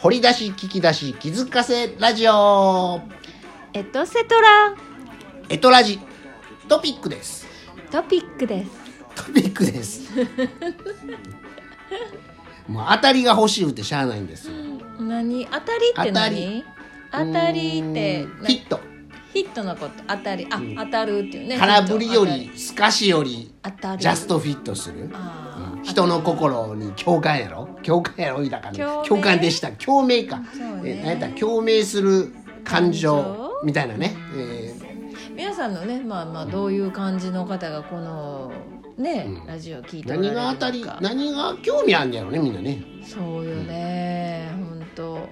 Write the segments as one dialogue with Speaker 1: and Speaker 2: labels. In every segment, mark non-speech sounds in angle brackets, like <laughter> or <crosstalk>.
Speaker 1: 掘り出し聞き出し気づかせラジオ
Speaker 2: エトセトラ
Speaker 1: エトラジトピックです
Speaker 2: トピックです
Speaker 1: トピックです <laughs> もう当たりが欲しいってしゃあないんですよ
Speaker 2: 何当たりって何当たりっ
Speaker 1: う
Speaker 2: て
Speaker 1: ーん
Speaker 2: な
Speaker 1: ヒット
Speaker 2: ヒットのこと当たりあ、
Speaker 1: ん
Speaker 2: 当たるっていうね
Speaker 1: 空振りよ
Speaker 2: ヒッ
Speaker 1: り
Speaker 2: ト
Speaker 1: 透かしより
Speaker 2: 当たり
Speaker 1: ジャストフィットする
Speaker 2: あー
Speaker 1: 人の心に共感やろ共感やろだから、ね
Speaker 2: 共、鳴
Speaker 1: 共感でした共鳴か、
Speaker 2: そう
Speaker 1: え
Speaker 2: ね
Speaker 1: 何やったら共鳴する感
Speaker 2: 感
Speaker 1: 情
Speaker 2: 情
Speaker 1: みたいなね、えー
Speaker 2: 皆さんのねまあまあどういう感じの方がこのね、
Speaker 1: うん
Speaker 2: ラジオ聞いておられ
Speaker 1: 何
Speaker 2: るのか
Speaker 1: が当たり何が興味あんねやろねみんなね、
Speaker 2: そうよね本当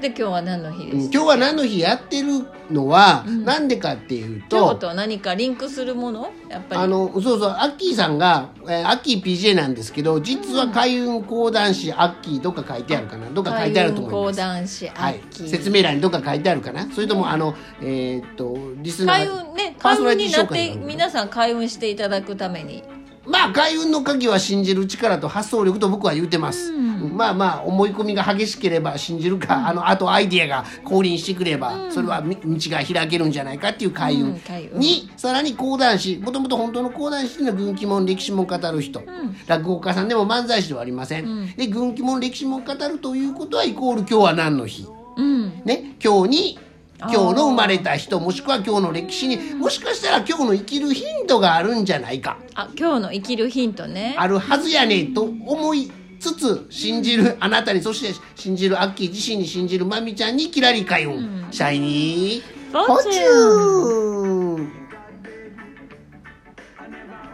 Speaker 2: で今日は何の日
Speaker 1: うん
Speaker 2: です
Speaker 1: 今日は何の日やってるのは
Speaker 2: ん
Speaker 1: なんでかっていう、
Speaker 2: ということとは何かリンクするものやっぱり
Speaker 1: あのそうそうアッキーさんが、えー、アッキー PJ なんですけど実は開運講談師アッキーどっか書いてあるかなどっか書いてあると思います
Speaker 2: 開運講談師
Speaker 1: はい
Speaker 2: 秋、
Speaker 1: 説明欄にどっか書いてあるかなそれともあの、えーっとリスナー
Speaker 2: 開運ね
Speaker 1: パー
Speaker 2: 開
Speaker 1: ソナ
Speaker 2: 運
Speaker 1: リ
Speaker 2: に
Speaker 1: ティ紹
Speaker 2: なっ
Speaker 1: 介
Speaker 2: て
Speaker 1: なの
Speaker 2: 皆さん開運していただくために
Speaker 1: まあ開運の鍵は信じる力と発想力と僕は言うてます、まあまあ思い込みが激しければ信じるか、あのあとアイディアが降臨してくれば、それはみ道が開けるんじゃないかっていう開運、
Speaker 2: うん開運
Speaker 1: にさらに講談師もともと本当の講談師っていうのは軍記問歴史も語る人、落語家さんでも漫才師ではありません、で軍記問歴史も語るということはイコール今日は何の日、
Speaker 2: うん
Speaker 1: ね、今日に今日の生まれた人もしくは今日の歴史にもしかしたら今日の生きるヒントがあるんじゃないか
Speaker 2: あ今日の生きるヒントね
Speaker 1: あるはずやねんと思いつつ信じるあなたにそして信じるアッキー自身に信じるまみちゃんにキラリ開運、シャイニー
Speaker 2: フォーチ
Speaker 1: ューン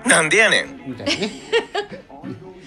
Speaker 3: なんでやねん
Speaker 1: みたいなね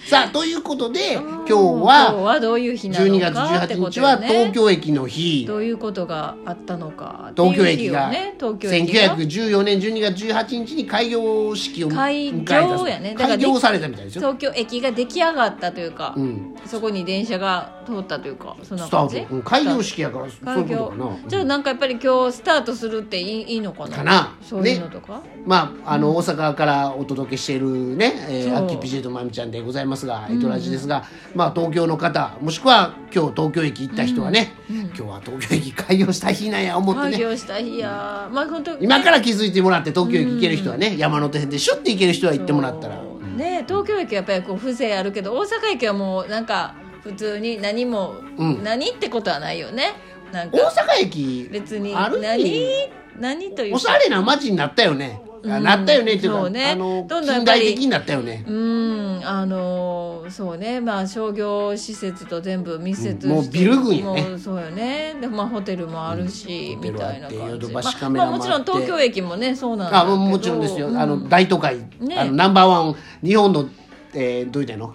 Speaker 1: さあということで今日
Speaker 2: 今日
Speaker 1: は
Speaker 2: はどういう日なの
Speaker 1: 12月
Speaker 2: かってこ
Speaker 1: 18
Speaker 2: と
Speaker 1: 日
Speaker 2: よ
Speaker 1: は
Speaker 2: ね
Speaker 1: 東京駅の日
Speaker 2: どういうことがあったのかっていう
Speaker 1: 東京駅
Speaker 2: 日を
Speaker 1: が
Speaker 2: ね東京駅が
Speaker 1: 1914年12月18日に開業式を迎えた
Speaker 2: 開業やねだから
Speaker 1: 開業されたみたいですよ、
Speaker 2: 東京駅が出来上がったというか、
Speaker 1: うん、
Speaker 2: そこに電車が通ったというかそんな
Speaker 1: スタ
Speaker 2: 感
Speaker 1: ー
Speaker 2: じ
Speaker 1: ト、うん、開業式やからそういうこと
Speaker 2: 開業
Speaker 1: かな
Speaker 2: じゃあなんかやっぱり今日スタートするっていいいいのかな
Speaker 1: かな
Speaker 2: そういうのとか、
Speaker 1: まあ、あの大阪からお届けしているね、え
Speaker 2: そう
Speaker 1: ー、アッキーピジェとまみちゃんでございますが、エトラジですが、まあ、東京の方もしくは今日東京駅行った人はね、今日は東京駅開業した日なんや思って
Speaker 2: 開
Speaker 1: ね
Speaker 2: 業した日やまあ本当
Speaker 1: 今から気づいてもらって東京駅行ける人はね、山手線でシュッて行ける人は行ってもらったら
Speaker 2: そうね東京駅はやっぱりこう風情あるけど大阪駅はもうなんか普通に何も、
Speaker 1: うん
Speaker 2: 何ってことはないよねなん
Speaker 1: 大
Speaker 2: か
Speaker 1: 阪駅
Speaker 2: 別に
Speaker 1: ある
Speaker 2: 何
Speaker 1: 意味
Speaker 2: 何という
Speaker 1: おしゃれな街になったよね、あなったよねっていう
Speaker 2: そ
Speaker 1: か
Speaker 2: うね
Speaker 1: あの
Speaker 2: どんどんや
Speaker 1: 近
Speaker 2: っぱ
Speaker 1: 代
Speaker 2: り
Speaker 1: 的になったよね、
Speaker 2: うんあのーそうねまあ商業施設と全部密接して、
Speaker 1: うんもうビル群やね
Speaker 2: もうそうよねでまあホテルもあるし、
Speaker 1: ホテ
Speaker 2: み
Speaker 1: ルあ
Speaker 2: た
Speaker 1: って
Speaker 2: いな感
Speaker 1: ヨド
Speaker 2: じ
Speaker 1: バシカ
Speaker 2: まあ
Speaker 1: メラ
Speaker 2: まあ
Speaker 1: もあ
Speaker 2: も
Speaker 1: って
Speaker 2: ちろん東京駅もねそうなんだ
Speaker 1: あ
Speaker 2: けど
Speaker 1: ももちろんですよ、
Speaker 2: う
Speaker 1: あの大都会、
Speaker 2: ね
Speaker 1: あのナンバーワン日本の、えー、どういうたの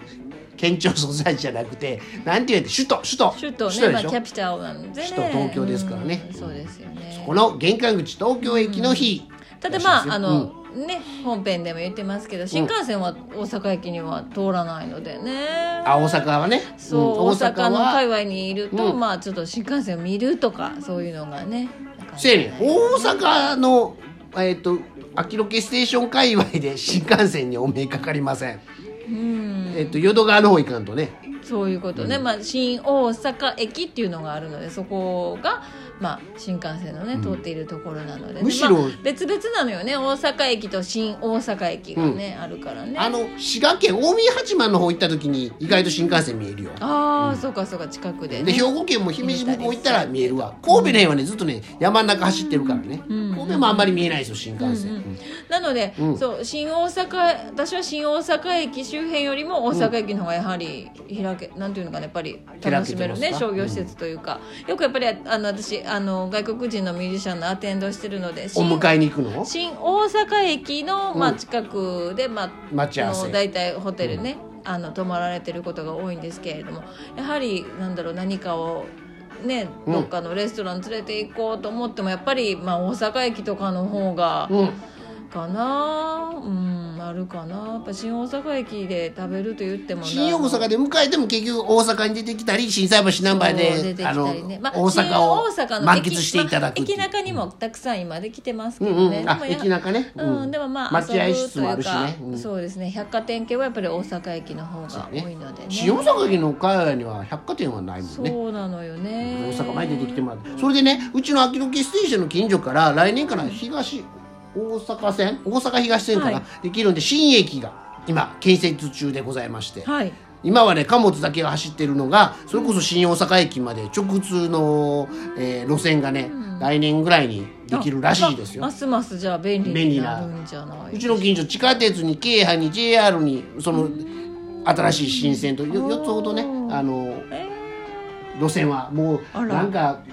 Speaker 1: 県庁所在地じゃなくてなんて言うんやって首都首都
Speaker 2: 首都ね
Speaker 1: で
Speaker 2: まあ
Speaker 1: しょ、
Speaker 2: キャピタルなんでね
Speaker 1: 首都東京ですからね
Speaker 2: うんそうですよね
Speaker 1: この玄関口東京駅の日、
Speaker 2: ただ
Speaker 1: らしい
Speaker 2: ま
Speaker 1: ですよ
Speaker 2: ああの、ね本編でも言ってますけど新幹線は大阪駅には通らないのでね、
Speaker 1: あ大阪はね
Speaker 2: そう、
Speaker 1: ん
Speaker 2: 大阪の界隈にいると、
Speaker 1: うん
Speaker 2: まあちょっと新幹線を見るとかそういうのがねなかなか
Speaker 1: せやねん大阪のえっ、と秋ロケステーション界隈で新幹線にお目かかりません、
Speaker 2: うん
Speaker 1: えっ、と淀川の方行かんとね
Speaker 2: そういうことね、まあ新大阪駅っていうのがあるのでそこがまあ新幹線のね通っているところなのでね、
Speaker 1: むしろ
Speaker 2: まあ別々なのよね大阪駅と新大阪駅がね、あるからね
Speaker 1: あの滋賀県近江八幡の方行った時に意外と新幹線見えるよ
Speaker 2: ああ、そうかそうか近くで、ね、
Speaker 1: で兵庫県も姫路向こう行ったら見えるわ神戸の辺はねずっとね山の中走ってるからね、神戸もあんまり見えないですよ新幹線、うん
Speaker 2: なので、そう新大阪私は新大阪駅周辺よりも大阪駅の方がやはり開け、なんていうのかなやっぱり楽しめ
Speaker 1: 開
Speaker 2: る
Speaker 1: けて
Speaker 2: ね
Speaker 1: ますか
Speaker 2: 商業施設というか、よくやっぱりあの私あの外国人のミュージシャンのアテンドしてるので
Speaker 1: お
Speaker 2: 新
Speaker 1: 迎えに行くの
Speaker 2: 新大阪駅の、まあ、近くで、まあ、
Speaker 1: 待ち合わせ
Speaker 2: あの大体ホテルね、あの泊まられてることが多いんですけれどもやはりなんだろう何かを。ね、
Speaker 1: ん
Speaker 2: どっかのレストラン連れて行こうと思ってもやっぱり、まあ、大阪駅とかの方が
Speaker 1: うん
Speaker 2: かなうんまああるかなやっぱ新大阪駅で食べると言ってもな
Speaker 1: 新大阪で迎えても結局大阪に出てきたり震災橋ナンバー
Speaker 2: そう
Speaker 1: で
Speaker 2: 出てき
Speaker 1: あ
Speaker 2: た
Speaker 1: の
Speaker 2: りねま
Speaker 1: 大阪
Speaker 2: あ
Speaker 1: を
Speaker 2: 新大阪の
Speaker 1: 満
Speaker 2: 駅
Speaker 1: 喫していただくっていう
Speaker 2: まあ駅中にもたくさん今できてますけ
Speaker 1: うん
Speaker 2: ど
Speaker 1: う
Speaker 2: ね、
Speaker 1: んあ
Speaker 2: や
Speaker 1: 駅中ね
Speaker 2: うん
Speaker 1: うん
Speaker 2: でもまあ
Speaker 1: 待合室もあ
Speaker 2: 遊ぶ
Speaker 1: るし
Speaker 2: と
Speaker 1: ね
Speaker 2: いうか
Speaker 1: うん
Speaker 2: そうですね百貨店系はやっぱり大阪駅の方が多いのでね
Speaker 1: 新大阪駅の岡谷には百貨店はないもんね
Speaker 2: そうなのよね
Speaker 1: 大阪前に出てきてもらってそれでねうちの秋の木ステーションの近所から来年から東大阪線大阪東線か
Speaker 2: は
Speaker 1: らできるんで新駅が今建設中でございまして
Speaker 2: はい
Speaker 1: 今はね貨物だけが走ってるのがそれこそ新大阪駅まで直通の、えー路線がね来年ぐらいにできるらしいですよ
Speaker 2: あまますますじゃあ便利になるんじゃないう
Speaker 1: ちの近所地下鉄に京阪に JR にその新しい新線とよ4つほどね
Speaker 2: おー
Speaker 1: あの
Speaker 2: え
Speaker 1: 路線はも
Speaker 2: あ
Speaker 1: う
Speaker 2: ら
Speaker 1: なんか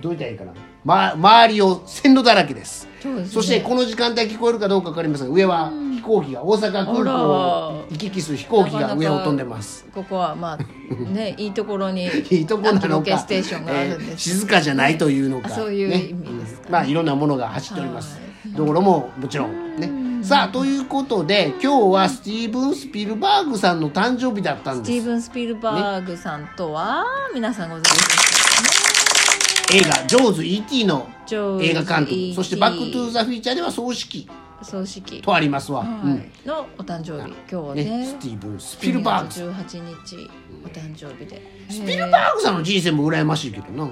Speaker 1: どう言ったらいいかな、ま、周りを線路だらけです
Speaker 2: ーそうですね
Speaker 1: そしてこの時間帯聞こえるかどうか分かりませんが上は飛行機が大阪空
Speaker 2: あら
Speaker 1: 港を行き来する飛行機
Speaker 2: なか
Speaker 1: が
Speaker 2: なか
Speaker 1: 上を飛んでます
Speaker 2: ここはまあ
Speaker 1: <laughs>
Speaker 2: ねいいところに
Speaker 1: いいとこな
Speaker 2: 秋の
Speaker 1: の
Speaker 2: 木
Speaker 1: か
Speaker 2: ステーションがあるんです
Speaker 1: えー静かじゃないというのか、
Speaker 2: あそういう
Speaker 1: ね
Speaker 2: 意味ですかね
Speaker 1: うんまあいろんなものが走っております
Speaker 2: は
Speaker 1: 道路ももちろんねさあということで今日はスティーブン・スピルバーグさんの誕生日だったん
Speaker 2: ス
Speaker 1: で
Speaker 2: ティー
Speaker 1: す
Speaker 2: ブン・スピルバーグさんとは皆さんご存知です
Speaker 1: 映画「ジョーズ E.T.」の
Speaker 2: ジョーズ
Speaker 1: 映画監督
Speaker 2: E.T.
Speaker 1: そして「バック・トゥ・ザ・フューチャー」では葬式
Speaker 2: 葬式、
Speaker 1: とありますわ、
Speaker 2: はいのお誕生日今日は
Speaker 1: うん
Speaker 2: ね
Speaker 1: ね、スティーブン・スピルバーグさん
Speaker 2: 12月18日お誕生日で
Speaker 1: スピルバーグさんの人生も羨ましいけどな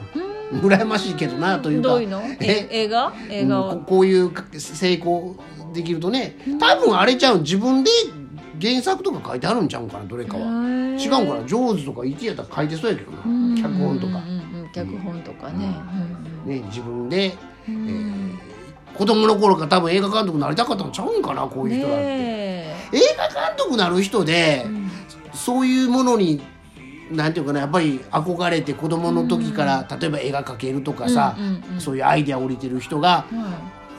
Speaker 1: 羨ましいけどなというか
Speaker 2: どういうのえ
Speaker 1: え
Speaker 2: 映画映画を、
Speaker 1: うんここういう成功できるとね多分あれちゃう自分で原作とか書いてあるんちゃうんかなどれかは
Speaker 2: へー
Speaker 1: 違うんかな「ジョーズ」とか「E.T.」やったら書いてそうやけどな脚本とか
Speaker 2: う、んうんうん、脚本とかね、
Speaker 1: ね、自分で、
Speaker 2: うんうんうん
Speaker 1: 子供の頃から多分映画監督になりたかったんちゃうんかなこういう
Speaker 2: ね
Speaker 1: 人だって、
Speaker 2: え
Speaker 1: 映画監督なる人で、そういうものになんていうかなやっぱり憧れて子供の時から、例えば映画描けるとかさ、
Speaker 2: うんうんうん
Speaker 1: そういうアイデア降りてる人が
Speaker 2: は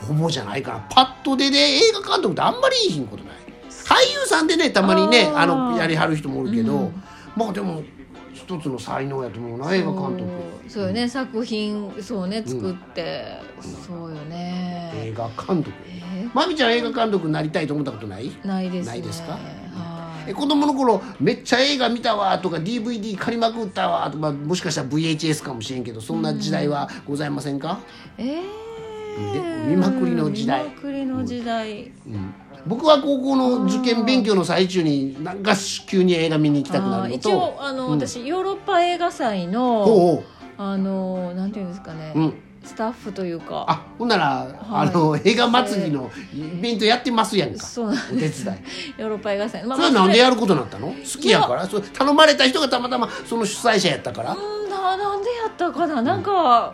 Speaker 1: ほぼじゃないからパッと出で映画監督ってあんまりいいひんことない俳優さんでねたまにね
Speaker 2: あー
Speaker 1: あのやりはる人もおるけど、
Speaker 2: うん
Speaker 1: まあでも一つの才能やと思うない映画監督
Speaker 2: そうそうよね作品そうね作って、そうよね
Speaker 1: 映画監督
Speaker 2: え
Speaker 1: まみちゃん映画監督になりたいと思ったことない
Speaker 2: ないですね
Speaker 1: ないですか
Speaker 2: はい
Speaker 1: え子供の頃めっちゃ映画見たわとか DVD 借りまくったわとか、まあ、もしかしたら VHS かもしれんけどそんな時代はございませんか、
Speaker 2: えー
Speaker 1: で見まくりの時代
Speaker 2: 見まくりの時代、
Speaker 1: うん僕は高校の受験勉強の最中になんか急に映画見に行きたくな
Speaker 2: あー
Speaker 1: るの
Speaker 2: 一
Speaker 1: と
Speaker 2: 応あの、
Speaker 1: うん
Speaker 2: 私ヨーロッパ映画祭の
Speaker 1: ほうほ
Speaker 2: あのなんていうんですかね、
Speaker 1: ううん
Speaker 2: スタッフというか
Speaker 1: あほんなら、
Speaker 2: はい
Speaker 1: あの映画祭りのイベントやってますやんか
Speaker 2: そうなん
Speaker 1: お手伝い
Speaker 2: <laughs> ヨーロッパ映画祭の、ま
Speaker 1: それはなんで
Speaker 2: や
Speaker 1: やることになったの好きやからそれ頼まれた人がたまたまその主催者やったから
Speaker 2: うんななんでやったかななんか、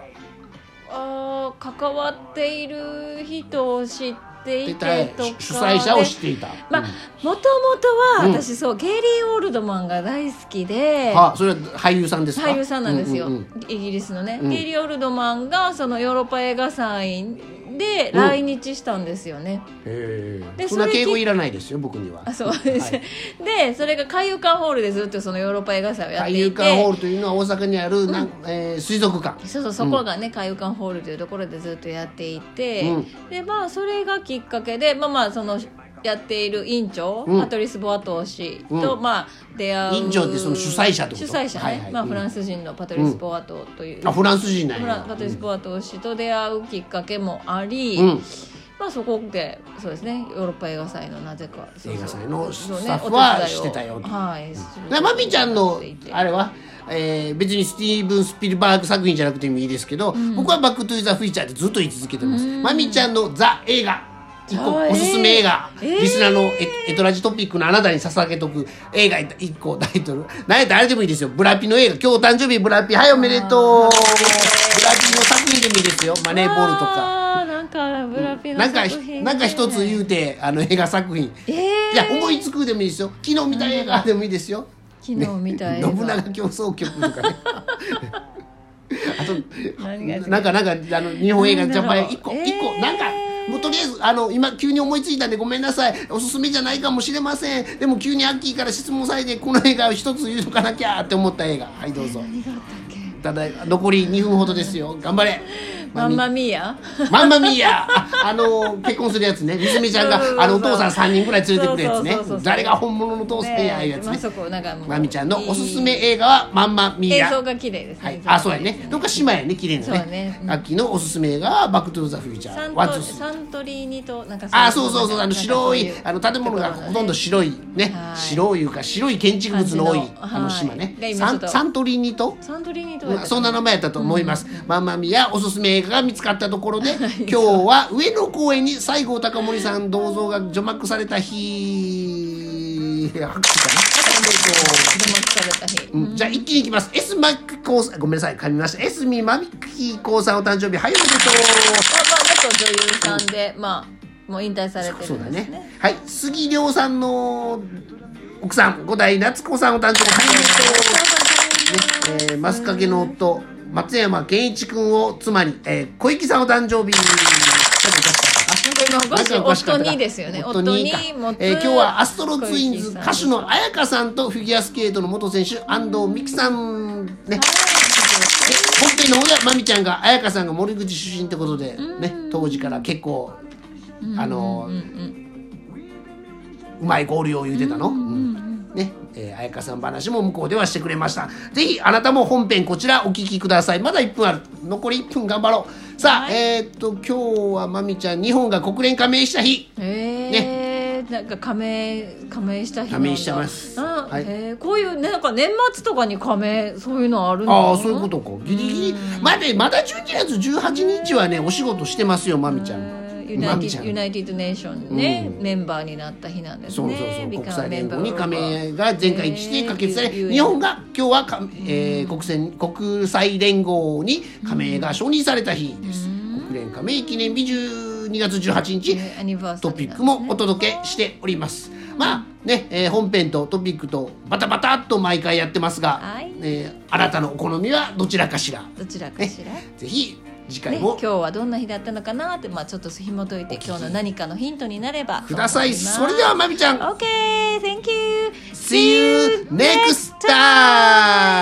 Speaker 2: あー関わっている人を知ってい
Speaker 1: 絶
Speaker 2: て
Speaker 1: 対
Speaker 2: とかで
Speaker 1: 主催者を知っていた、
Speaker 2: まあ
Speaker 1: う
Speaker 2: も
Speaker 1: ん
Speaker 2: ともとは
Speaker 1: うん
Speaker 2: 私そう、ゲイリー・オールドマンが大好きで
Speaker 1: はそれは俳優さんですか
Speaker 2: 俳優さんなんですよ、
Speaker 1: うううん
Speaker 2: イギリスのね、
Speaker 1: うん
Speaker 2: ゲイリー・オールドマンがそのヨーロッパ映画祭で来日したんですよね、
Speaker 1: へえ
Speaker 2: で
Speaker 1: そんな
Speaker 2: それ
Speaker 1: 敬
Speaker 2: 聞
Speaker 1: 語いらないですよ僕には
Speaker 2: あそうです、
Speaker 1: はい
Speaker 2: <laughs> でそれが海遊館ホールでずっとそのヨーロッパ映画祭をやっ
Speaker 1: 海
Speaker 2: て
Speaker 1: 遊
Speaker 2: いて
Speaker 1: 館ホールというのは大阪にあるなん、えー水族館
Speaker 2: そうそうそこがね、海遊館ホールというところでずっとやっていて、
Speaker 1: う
Speaker 2: でまあそれがきっかけでまあまあそのやっている委員長、
Speaker 1: うん
Speaker 2: パトリス・ボアトー氏と、
Speaker 1: うん
Speaker 2: まあ出会う
Speaker 1: 委員長ってその主催者ってこと
Speaker 2: 主催者ね、
Speaker 1: はいはい
Speaker 2: まあ、
Speaker 1: うん
Speaker 2: フランス人のパトリス・ボアトーという、
Speaker 1: あフランス人なん
Speaker 2: フ
Speaker 1: や
Speaker 2: ランパトリス・ボアトー氏と出会うきっかけもあり、
Speaker 1: うん
Speaker 2: まあ、そこでそうですねヨーロッパ映画祭のなぜかそうそう
Speaker 1: 映画祭のス
Speaker 2: そうね
Speaker 1: タッフは
Speaker 2: お手伝いを
Speaker 1: してたよと
Speaker 2: はい、
Speaker 1: でマミちゃんの
Speaker 2: していて
Speaker 1: あれは、えー別にスティーブン・スピルバーグ作品じゃなくてもいいですけど、僕は「バック・トゥ・ザ・フューチャー」でずっと言い続けてます、マミちゃんの「ザ・映画」一個
Speaker 2: ザ映画
Speaker 1: おすすめ映画、
Speaker 2: えー
Speaker 1: リスナーのエエトラジトピックのあなたに捧げとく映画一個タイトル何やったらあれでもいいですよブラピの映画今日誕生日ブラピはいおめでとうブラピの作品でもいいですよマネーボールとか
Speaker 2: あーなんかブラピの
Speaker 1: なんか
Speaker 2: 作品
Speaker 1: なんか一つ言うてあの映画作品
Speaker 2: えー
Speaker 1: いや思いつくでもいいですよ昨日見た映画でもいいですよ、
Speaker 2: 昨日見た映画、
Speaker 1: 信長競争曲と
Speaker 2: <laughs>
Speaker 1: かねあ
Speaker 2: 何がです
Speaker 1: と
Speaker 2: か
Speaker 1: なんかなんかあの日本映画ジャパン一個
Speaker 2: なんだろう
Speaker 1: 一個
Speaker 2: えー
Speaker 1: なんかもうとりあえずあの今急に思いついたんでごめんなさいおすすめじゃないかもしれませんでも急にアッキーから質問されてこの映画を一つ言うとかなきゃって思った映画はいどうぞ
Speaker 2: 何があったった
Speaker 1: だ残り2分ほどですよ頑張れ
Speaker 2: けマンマミーヤ
Speaker 1: マンマミーヤああの結婚するやつねみずみちゃん
Speaker 2: そうそ
Speaker 1: が
Speaker 2: うそう
Speaker 1: あのお父さん3人ぐらい連れてくるやつね
Speaker 2: そうそうそうそう
Speaker 1: 誰が本物のお父さんやいうや
Speaker 2: ね
Speaker 1: つ
Speaker 2: まあ
Speaker 1: ね
Speaker 2: そこなんかもう
Speaker 1: まみちゃんのおすすめ映画はマンマミー
Speaker 2: 映
Speaker 1: ヤ
Speaker 2: 像が綺麗ですね、
Speaker 1: はい、あそうやねどっか島やね綺麗な
Speaker 2: そう
Speaker 1: ね
Speaker 2: ねうん
Speaker 1: 秋のおすすめ映画はバック・トゥ・ザ・フューチャ
Speaker 2: サ
Speaker 1: ー
Speaker 2: ン
Speaker 1: ワンツ
Speaker 2: ト
Speaker 1: ースリー
Speaker 2: サントリーニとなんか
Speaker 1: あそうそうそうあ
Speaker 2: なん
Speaker 1: の
Speaker 2: か
Speaker 1: 白い
Speaker 2: そうう
Speaker 1: あの建物がほとんど白いね
Speaker 2: はい
Speaker 1: 白いいうか白い建築物の多い
Speaker 2: 感じの
Speaker 1: あの島ね
Speaker 2: はいで今
Speaker 1: サ
Speaker 2: ちょっ
Speaker 1: ン
Speaker 2: と
Speaker 1: サントリーニと
Speaker 2: サントリーニと
Speaker 1: まあそんな名前やったと思います、マンマミやおすすめ映画が見つかったところで今日は上野公園に西郷隆盛さん銅像が除幕された日拍手かな
Speaker 2: でも疲れた日、
Speaker 1: うんじゃあ一気にいきます。S マッキーコーさん、ごめんなさい、噛みました。S ミマミキーコーさんお誕生日、はい、おめでとう。
Speaker 2: まあまあ、元女優さんで、まあ、もう引退されてるんです
Speaker 1: そうだ
Speaker 2: ね。
Speaker 1: ね。はい、杉亮さんの奥さん、五代夏子さんお誕生日、はい、おめでとう。ね、えー、マスカケの夫、松山健一君を妻に、えー、小池さんお誕生日。
Speaker 2: なんかおかしかった夫にですよね
Speaker 1: 夫にか
Speaker 2: 夫に持つ
Speaker 1: えー今日はアストロツインズ
Speaker 2: 小池
Speaker 1: 歌
Speaker 2: さん
Speaker 1: 手の彩香さんとフィギュアスケートの元選手安藤美希さんねで本編の方ではまみちゃんが彩香さんが森口出身ってことで、ね、当時から結構あのうまい交流を言うてたの。うんねえー彩香さん話も向こうではしてくれましたぜひあなたも本編こちらお聞きくださいまだ1分ある残り1分頑張ろうさあ、
Speaker 2: はい
Speaker 1: えーっと今日はまみちゃん日本が国連加盟した日
Speaker 2: えー、なんか加盟加盟した日なんだ
Speaker 1: 加盟してます
Speaker 2: あ、
Speaker 1: はい
Speaker 2: えーこういうねなんか年末とかに加盟そういうのあるの
Speaker 1: ああそういうことかギリギリまでまだ12月18日はねお仕事してますよまみちゃん
Speaker 2: えーユ
Speaker 1: ま
Speaker 2: ナイテ
Speaker 1: みちゃ
Speaker 2: ィ
Speaker 1: ん
Speaker 2: ユナイティッドネーションね、
Speaker 1: う
Speaker 2: メンバーになった日なんです
Speaker 1: そう
Speaker 2: ね
Speaker 1: そうそう、
Speaker 2: ビ
Speaker 1: 国
Speaker 2: カ
Speaker 1: 際
Speaker 2: ン
Speaker 1: 連
Speaker 2: メンバ
Speaker 1: 合
Speaker 2: ー
Speaker 1: に加盟が全会一致で可決され、
Speaker 2: えー
Speaker 1: 日本が今日はか、えー国戦国際連合に加盟が承認された日です、国連加盟記念日12月18日、
Speaker 2: えーアニバーサ
Speaker 1: ト
Speaker 2: リ
Speaker 1: ピ
Speaker 2: ーなん
Speaker 1: ッ
Speaker 2: ですね
Speaker 1: クもお届けしております。まあね、えー本編とトピックとバタバタっと毎回やってますが、
Speaker 2: はい
Speaker 1: えーあなたのお好みはどちらかしら。
Speaker 2: どちらかしら、
Speaker 1: ぜひ次回
Speaker 2: ね、今
Speaker 1: も
Speaker 2: 日はどんな日だったのかなって、まあ、ちょっと紐解いて今日の何かのヒントになれば
Speaker 1: ください。それではまみちゃん、
Speaker 2: OK thank you
Speaker 1: See you next time!